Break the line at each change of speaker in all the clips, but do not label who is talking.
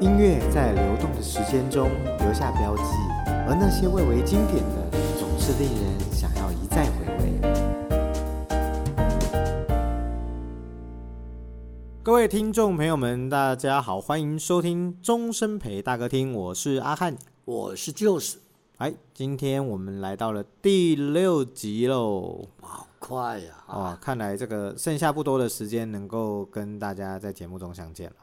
音乐在流动的时间中留下标记，而那些蔚为经典的，总是令人想要一再回味。各位听众朋友们，大家好，欢迎收听《终身陪大哥听》，我是阿汉。
我是就是，
哎，今天我们来到了第六集喽！
好快呀、啊！
哇，看来这个剩下不多的时间，能够跟大家在节目中相见了。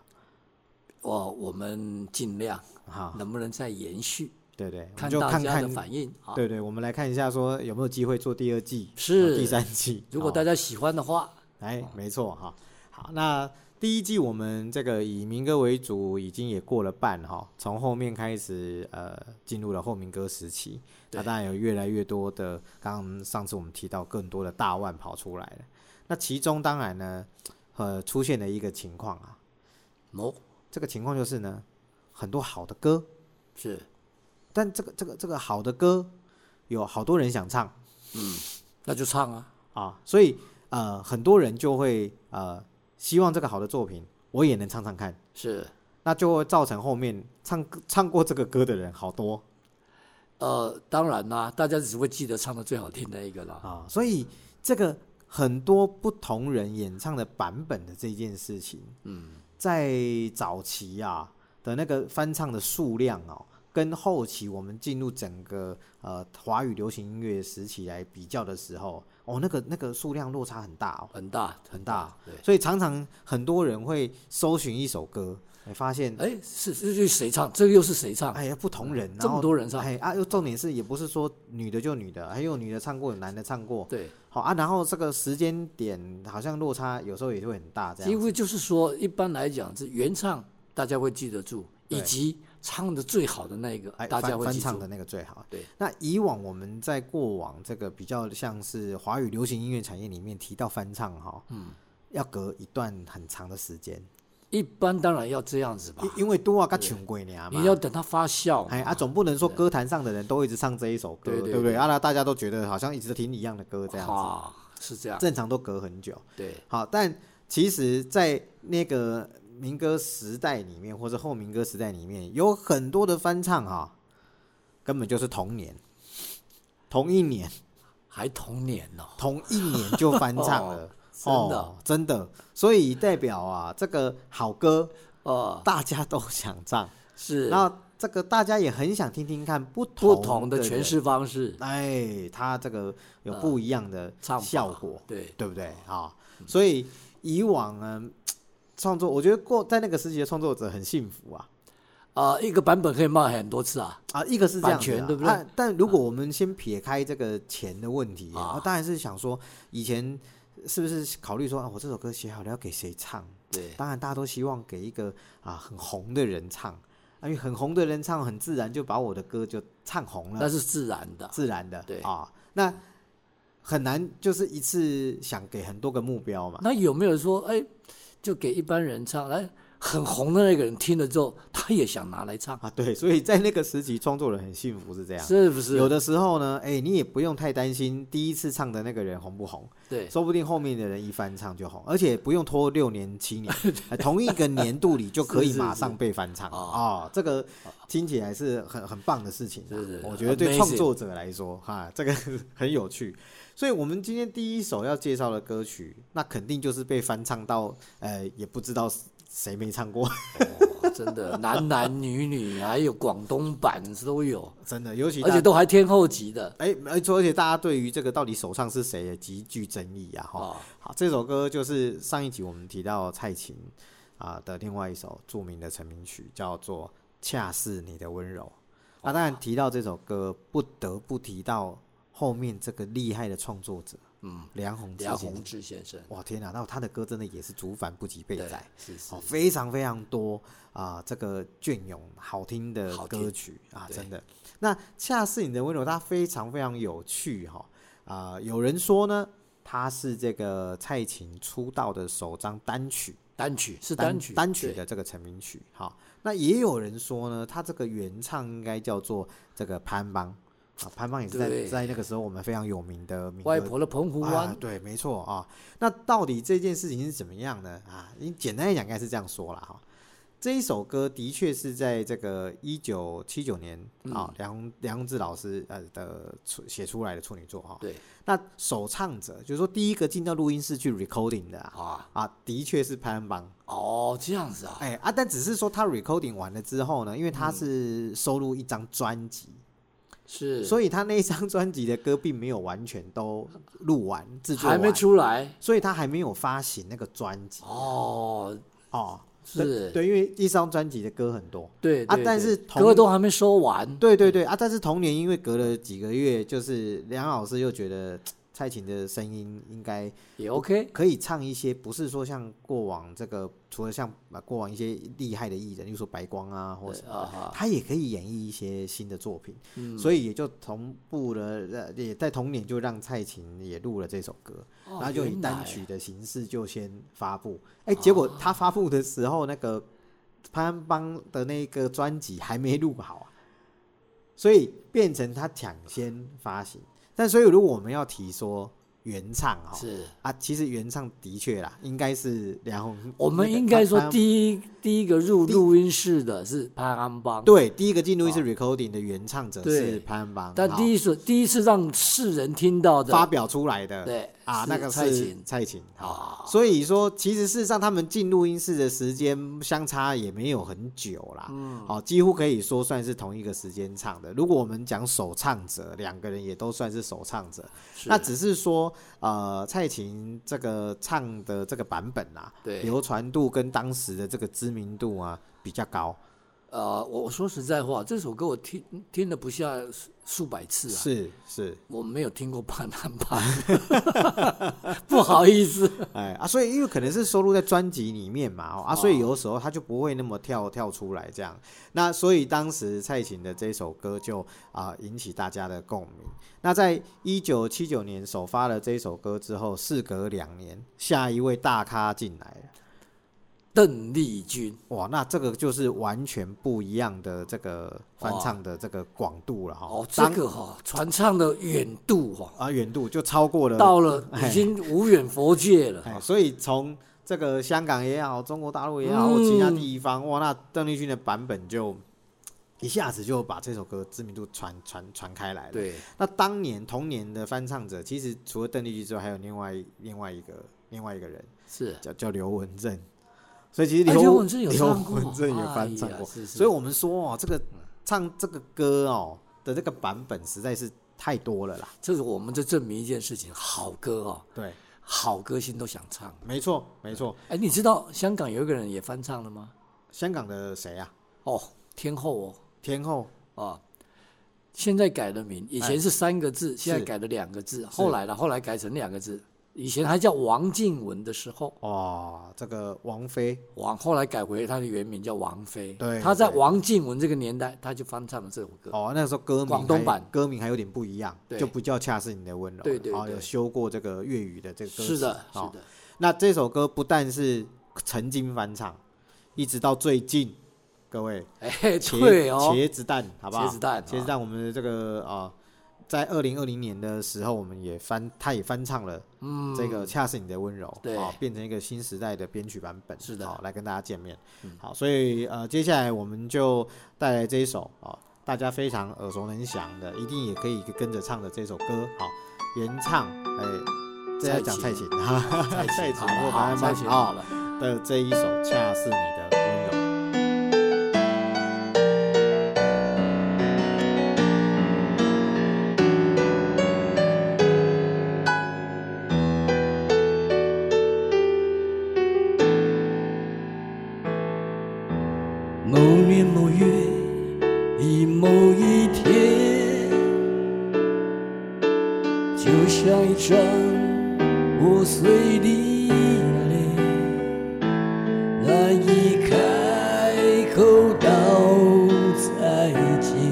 我我们尽量啊
好，
能不能再延续，
对对，我
看
们就
大
看
家的
看
反应啊。
对对，我们来看一下，说有没有机会做第二季、
是
啊第三季。
如果
大
大家喜欢的话，
哎，没错哈。好，那第一季我们这个以民歌为主，已经也过了半哈，从后面开始呃进入了后民歌时期。那
对
当然有越来越多的，刚刚上次我们提到更多的大腕跑出来了。那其中当然呢，呃，出现了一个情况啊，
哦，
这个情况就是呢，很多好的歌，
是
但这个这个这个好的歌有好多人想唱。
那就唱啊。
啊，所以呃，很多人就会呃，希望这个好的作品我也能唱唱看，
是
那就会造成后面唱歌唱过这个歌的人好多
呃，当然啦、大家只会记得唱的最好听那一个啦。
啊，所以这个很多不同人演唱的版本的这件事情，
嗯，
在早期啊的那个翻唱的数量哦。跟后期我们进入整个呃华语流行音乐时期来比较的时候，哦，那个那个数量落差很大哦。
很大
很大，
对。
所以常常很多人会搜寻一首歌，哎，发现
哎，是是是谁唱？这个又是谁唱？
哎呀不同人，
这
然后
么多人唱，
哎啊，又重点是也不是说女的就女的，还有女的唱过，有男的唱过，
对，
好啊，然后这个时间点好像落差有时候也会很大，这
因
样
为就是说，一般来讲是原唱大家会记得住，
对
以及唱的最好的那一个
哎，，
大家
翻
会
翻
记
唱
住
的。那个最好。
对，
那以往我们在过往这个比较像是华语流行音乐产业里面提到翻唱哈，嗯，要隔一段很长的时间，
一般当然要这样子吧
因，因为多啊个穷鬼娘嘛，
你要等它发酵嘛。
哎啊，总不能说歌坛上的人都一直唱这一首歌，
哦对对
对
对
不对？啊，那大家都觉得好像一直都听一样的歌这样子，
啊，是这样，
正常都隔很久。
对，
好，但其实，在那个民歌时代里面，或者后民歌时代里面，有很多的翻唱哈、根本就是同年、同一 年、
还童年哦，。
同一年就翻唱了
真的
哦真的，所以代表啊，这个好歌
哦，
大家都想唱，
是
然后这个大家也很想听听看不同
不同的诠
人
释方式，
哎，它这个有不一样的
呃唱法
效果，
对，哦嗯
对不对啊、所以以往呢，创作我觉得过在那个时期的创作者很幸福啊
啊，一个版本可以卖很多次啊，
啊，一个是这样
版
子啊、
权对不对嗯
啊但如果我们先撇开这个钱的问题啊，
啊
当然是想说以前是不是考虑说啊，我这首歌写好了要给谁唱？
对，
当然大家都希望给一个啊很红的人唱，啊因为很红的人唱很自然就把我的歌就唱红了。
那是自然的，
自然的，
对
啊，那很难就是一次想给很多个目标嘛，
那有没有说，哎，就给一般人唱，哎，很红的那个人听了之后，他也想拿来唱，
啊，对， 所以在那个时期创作人很幸福是这样，
是不是？
有的时候呢，哎、你也不用太担心第一次唱的那个人红不红，
对，
说不定后面的人一翻唱就红，而且不用拖六年七 年，哎同一个年度里就可以
是是
马上被翻唱
是
哦这个听起来是很很棒的事情、啊
是是，
我觉得对
amazing
创作者来说，哈，这个很有趣。所以我们今天第一首要介绍的歌曲，那肯定就是被翻唱到，呃，也不知道谁没唱过，
哦真的， 男男女女，还有广东版都有，
真的，尤其大
而且都还天后级的
哎，没错，而且大家对于这个到底首唱是谁也极具争议啊，哈、
啊，
好，这首歌就是上一集我们提到蔡琴啊、的另外一首著名的成名曲，叫做《恰似你的温柔》。啊，
哦
当然提到这首歌，不得不提到后面这个厉害的创作者，
嗯，
梁鸿志
梁
先
鸿
生。
志先生，
哇，天哪！那他的歌真的也是竹凡不及被
对
宰，，
是是
哦，，非常非常多啊、这个隽永好听的
好听
歌曲啊，
对
真的。那恰似你的温柔，它非常非常有趣哈、啊、有人说呢，它是这个蔡琴出道的首张单曲，
单曲是单曲，
单曲
对
的这个成名曲。好、那也有人说呢，它这个原唱应该叫做这个潘邦啊，潘邦也是在
对
在那个时候我们非常有名的民
外
歌
婆的澎湖
啊
湾，，
对，没错啊。那到底这件事情是怎么样呢？啊，你简单来讲，应该是这样说啦哈。这一首歌的确是在这个一九七九年
嗯
啊、梁梁梁宏志老师呃的出写出来的处女作哈、
对
那首唱者就是说第一个进到录音室去 recording 的啊，
啊，
啊的确是潘安邦，
哦，这样子啊，
哎啊，但只是说他 recording 完了之后呢，因为
嗯
他是收录一张专辑，
是，
所以他那一张专辑的歌并没有完全都录完制作
还
完，
没出来
所以他还没有发行那个专辑
哦，
哦。
是，
对，因为一张专辑的歌很多，
对
啊
对
但
对
是同
歌都还没说完，
对对对啊！但是同年因为隔了几个月，就是梁老师又觉得嘖蔡琴的声音应该
也 OK，
可以唱一些，不是说像过往这个，除了像啊过往一些厉害的艺人，例如说白光啊或
对
什么
啊
的，
哈，
他也可以演绎一些新的作品，
嗯
所以也就同步了，呃也在同年就让蔡琴也录了这首歌，
哦
然后就以
原
单
来哦
曲的形式就先发布。哎、结果他发布的时候，那个潘安邦的那个专辑还没录好啊，所以变成他抢先发行。但所以如果我们要提说原唱哈、
是
啊，其实原唱的确啦，应该是梁红，
我们
那个
应该
潘
说
潘安
第一第一个入
第
录音室的是潘安邦，
对第一个进入是 recording 的原唱者
哦对
是潘安邦，
但
好
第一次第一次让世人听到
发
的，
表出来的，
对
啊，
是
那个
蔡
是
琴
蔡琴
啊
好，所以说其实事实上他们进录音室的时间相差也没有很久啦，嗯，好，几乎可以说算是同一个时间唱的。如果我们讲首唱者，两个人也都算是首唱者，
是
那只是说呃，蔡琴这个唱的这个版本啊，
对
流传度跟当时的这个知名度啊比较高，
呃，我我说实在话，这首歌我听听了不下数数百次啊，
是是，
我没有听过潘安邦， 不好意思，
哎啊，所以因为可能是收录在专辑里面嘛，哦啊，所以有时候他就不会那么跳跳出来这样。那所以当时蔡琴的这首歌就啊、引起大家的共鸣。那在一九七九年首发了这首歌之后，事隔两年，下一位大咖进来了，
邓丽君
哇，那这个就是完全不一样的这个翻唱的这个广度了哈、
哦，这
当
个哈、传唱的远度哈、
啊远度就超过了
到了已经无远佛界了。
哎，所以从这个香港也好，中国大陆也好，
嗯
或其他地方，哇，那邓丽君的版本就一下子就把这首歌知名度传传传开来了。，
对，
那当年同年的翻唱者，其实除了邓丽君之外，还有另外另外一个另外一个人，
是。
叫叫刘文正。所以其实
哎
刘
刘文正有
刘
唱过
文正也翻唱
哎呀
过，
是是
所以我们说哦，这个唱这个歌哦的这个版本实在是太多了啦。
这是我们就证明一件事情：好歌哦，
对，
好歌星都想唱。
没错没错。
哎，你知道香港有一个人也翻唱了吗？
香港的谁啊？
哦，天后
天后
哦，啊，现在改了名，以前是三个字，现在
是
改了两个字，后来了，后来改成两个字。以前还叫王静文的时候，
哇，哦这个王菲
王后来改回她的原名叫王菲。
对
她在
对
王静文这个年代，她就翻唱了这首歌。
哦，那时候歌名
广东
还
版
歌名还有点不一样
对，
就不叫《恰似你的温柔了》
对对
哦，
对
有修过这个粤语的这个歌词
是的，是
哦
的。
那这首歌不但是曾经翻唱，一直到最近，各位
哎，
茄
对哦，
茄子蛋好不好？
茄子蛋
茄子蛋，我们的这个啊、在二零二零年的时候，我们也翻，他也翻唱了
嗯，
这个《恰似你的温柔》
对
哦，变成一个新时代的编曲版本，
是的嗯
好、来跟大家见面。好，所以呃，接下来我们就带来这一首哦，大家非常耳熟能详的，一定也可以跟着唱的这首歌，好、原唱哎，这要讲蔡
蔡
琴 哈，
蔡琴
琴
好
或
了，
白安
好蔡
邦
琴好
好
了。
的这一首《恰似你的温柔》。
某年某月的某一天，就像一张破碎的脸，难以开口道再见，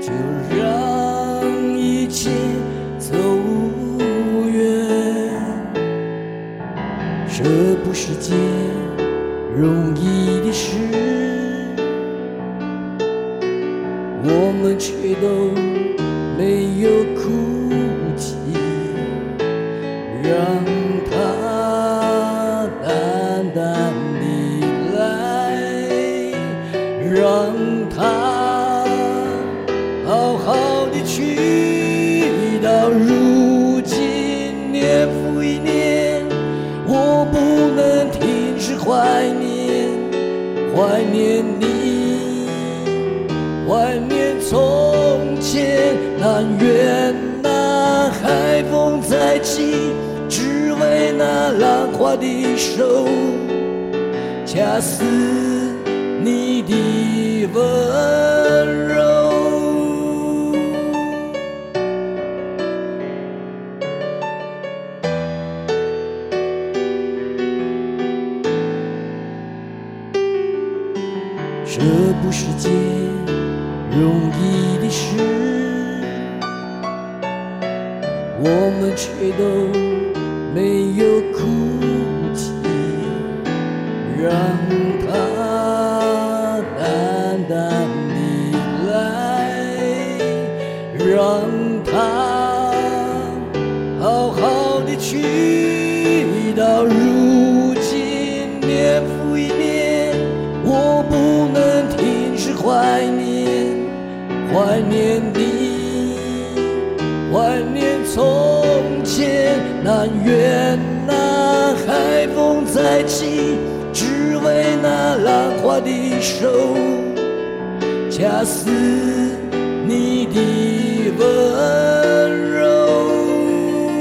就让一切走无远。这不是件容易的事，我们却都没有哭泣，让它淡淡地让它好好的去到如今，年复一年，我不能停止怀念，怀念你，怀念从前那远那海风再起，只为那浪花的手。恰似你的温柔。这不是件容易的事，我们却都没有哭泣。让它淡淡地来，让它好好的去到如今，年复一年，我不能停止怀念，怀念你。怀念从前那远那海风再起，只为那浪花的手，恰似你的温柔。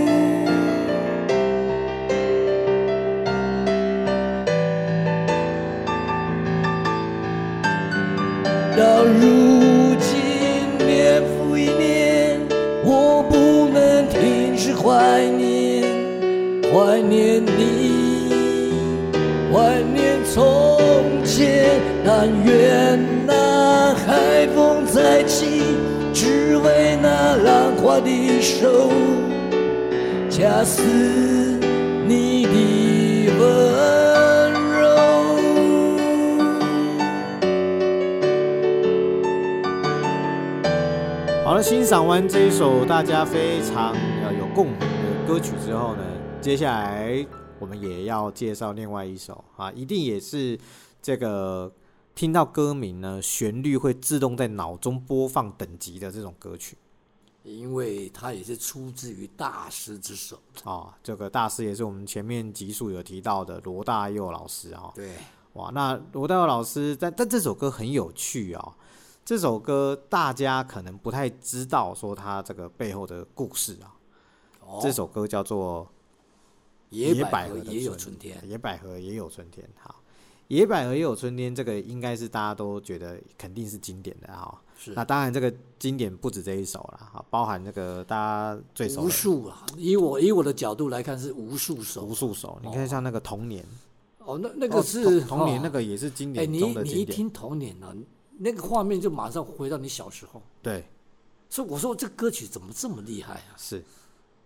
到如今年复一年，我不能停止怀念，怀念你，怀念从前那远那海风再起，只为那浪花的手，恰似你的温柔。
好了，欣赏完这一首大家非常呃有共鸣的歌曲之后呢，接下来我们也要介绍另外一首啊，一定也是这个听到歌名呢，旋律会自动在脑中播放等级的这种歌曲
因为它也是出自于大师之手。
啊。这个大师也是我们前面集数有提到的罗大佑老师啊，
对，
哇，那罗大佑老师，但但这首歌很有趣哦。这首歌大家可能不太知道，说它这个背后的故事啊。
哦
这首歌叫做
野
百
百
合
合
的
也有春天，
野百合也有春天。好，野百合也有春天，这个应该是大家都觉得肯定是经典的哈。
是
那当然，这个经典不止这一首啦，哈，包含这个大家最熟
无
的
数啊！以我以我的角度来看，是无数首
无。数首。你看像那个童年，
哦，那
那
那个是
童年，那
哦
个也是经
哎，
典
你
中的
你一
经典。
听童年呢，那个画面就马上回到你小时候。
对，
所以我说这歌曲怎么这么厉害啊？
是，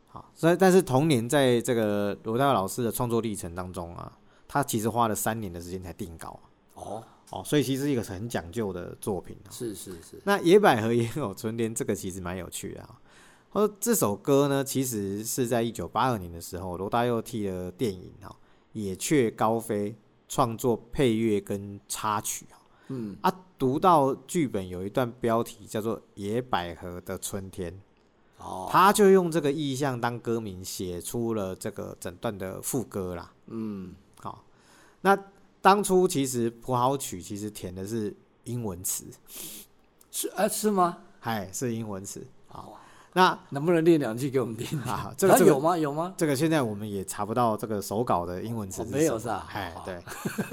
好，所以但是童年在这个罗大佑老师的创作历程当中啊，他其实花了三年的时间才定稿啊
哦，
哦，所以其实是一个很讲究的作品、啊。
是是是，
那野百合也有春天，这个其实蛮有趣的啊。 他说这首歌呢，其实是在一九八二年的时候，罗大佑替了电影啊《野雀高飞》创作配乐跟插曲啊。
嗯，
啊，读到剧本有一段标题叫做《野百合的春天》。
哦，
他就用这个意象当歌名，写出了这个整段的副歌啦。
嗯，
好，那当初其实葡萄曲其实填的是英文词，
是啊，是吗？
嗨，哎是英文词。
好，
那
能不能念两句给我们听？
啊，这个
他
这个
有吗？有吗？
这个现在我们也查不到这个手稿的英文词
哦
是什么、
没有是吧
哎
好，
对，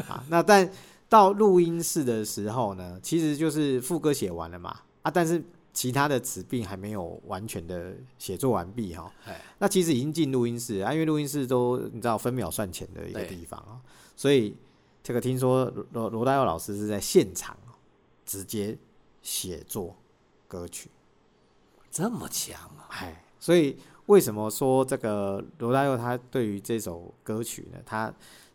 啊，那但到录音室的时候呢，其实就是副歌写完了嘛，啊，但是其他的词并还没有完全的写作完毕哈、
哎
那其实已经进录音室啊，因为录音室都你知道分秒算钱的一个
对
地方啊、所以这个听说罗罗罗大佑老师是在现场哦直接写作歌曲。
这么强啊！
哎，所以为什么说这个罗大佑他对于这首歌曲呢？他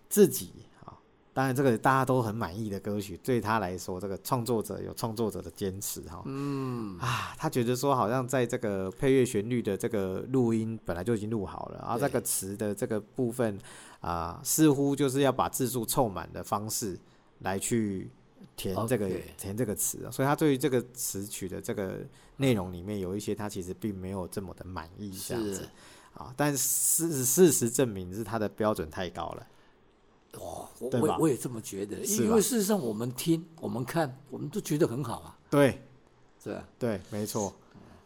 自己啊、当然这个大家都很满意的歌曲，对他来说，这个创作者有创作者的坚持哈、
嗯，
啊，他觉得说好像在这个配乐旋律的这个录音本来就已经录好了，然啊后这
对
个词的这个部分啊、似乎就是要把字数凑满的方式来去填这个
OK
填这个词啊，所以他对于这个词曲的这个内容里面有一些他其实并没有这么的满意这样子
是
啊，但事事实证明是他的标准太高了，
哦，我
对
我也
吧
我也这么觉得，
是
因
吧
为事实上我们听、我们看，我们都觉得很好啊，
对
是吧？
对，没错。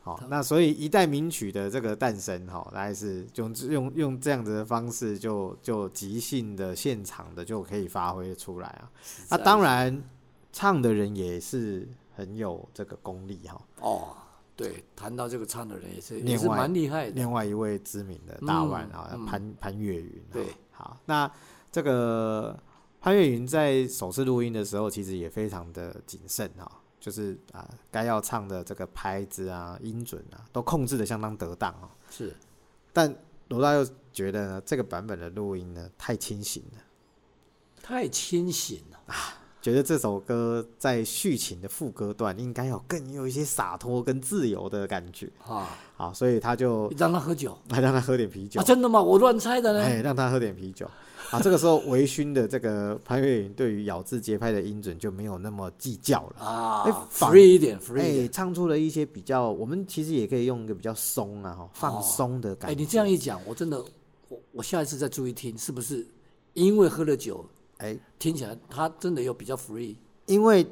好，那所以一代名曲的这个诞生，哈，大概是用用用这样子的方式就，就即兴的现场的就可以发挥出来啊。那、
在
当然，唱的人也是很有这个功力哈。
哦，对，谈到这个唱的人也是
另外
也是蛮厉害的，
另外一位知名的大腕
嗯
啊，
嗯
潘潘越云。
对，
好，那这个潘越云在首次录音的时候，其实也非常的谨慎哈、就是啊，该要唱的这个拍子啊、音准啊，都控制的相当得当啊、
是
但罗大佑觉得呢，这个版本的录音呢太清醒了，
太清醒了，
觉得这首歌在序曲的副歌段应该要更有一些洒脱跟自由的感觉。
啊！
好，所以他就
让他喝酒
还让他喝点啤哦酒
啊？，真的吗？我乱猜的呢。
哎，让他喝点啤酒。啊，这个时候微醺的这个潘越云对于咬字节拍的音准就没有那么计较了。哎
啊
反
，free 一点，free 一
哎，
点。
唱出了一些比较，我们其实也可以用一个比较松啊，哈放松的感
哦哎，
觉。
你这样一讲，我真的，我我下一次再注意听，是不是因为喝了酒，
哎，
听起来他真的有比较 free？
因为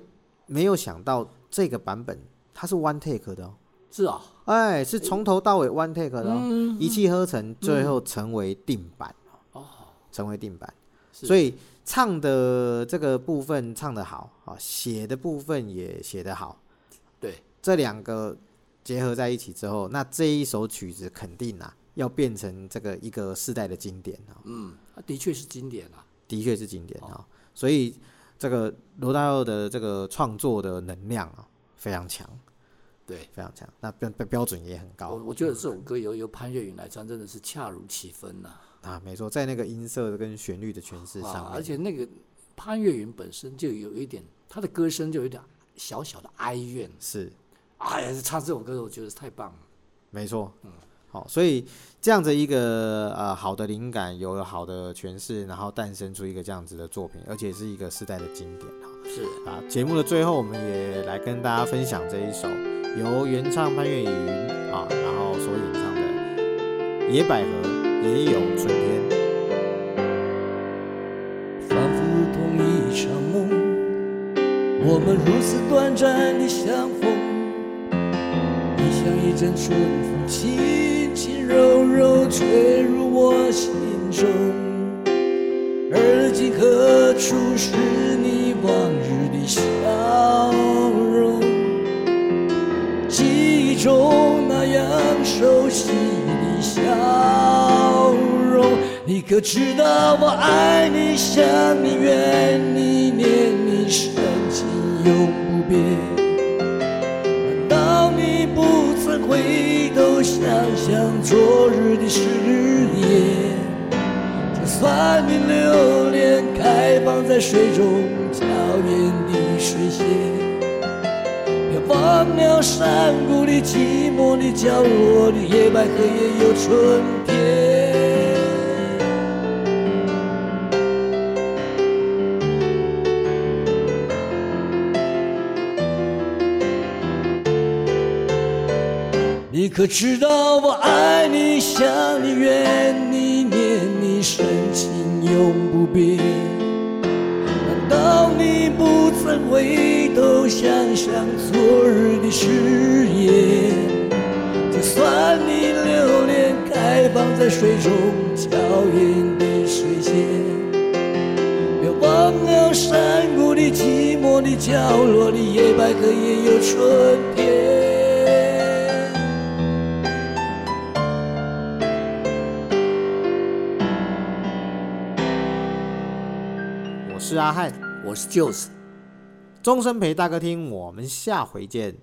没有想到这个版本它是 one take 的哦，
是啊，
哎，是从头到尾 one take 的、哦，
嗯，
一气呵成，最后成为定版，
哦，
成为定版。
是
所以唱的这个部分唱得好啊，写的部分也写得好，
对，
这两个结合在一起之后，那这一首曲子肯定啊要变成这个一个世代的经典啊、
嗯，他的确是经典啊。
的确是经典
哦
啊、所以这个罗大佑的这个创作的能量啊非常强，
对，
非常强，那标标标准也很
我
高嗯
我觉得这首歌由由潘越云来唱，真的是恰如其分呐。
啊，没错，在那个音色跟旋律的诠释上
啊
面，，
而且那个潘越云本身就有一点，他的歌声就有一点小小的哀怨。
是
哎呀，唱这首歌我觉得太棒了。
没错，嗯，好，所以这样的一个呃好的灵感，有了好的诠释，然后诞生出一个这样子的作品，而且是一个世代的经典哈。
是，
啊，节目的最后，我们也来跟大家分享这一首由原唱潘越云啊，然后所演唱的《野百合也有春天》。
仿佛同一场梦，我们如此短暂的相逢，你像一阵春风，轻轻柔柔吹入我心中，而今何处是你往日的笑容？记忆中那样熟悉的笑容，你可知道我爱你、想你、怨你、念你，深情永不变。难道你不曾回头想想昨日的誓言？就算你留恋，开放在水中娇艳的水仙。别忘了山谷里寂寞的角落里，野百合也有春天。你可知道我爱你、想你、怨你、念你，深情永不变。难道你不曾回头想想昨日的誓言？就算你留恋，开放在水中娇艳的水仙，别忘了山谷里寂寞的角落里，野百合也有春天。
我是阿汉，
我是 Juice。
终身陪大哥听，我们下回见。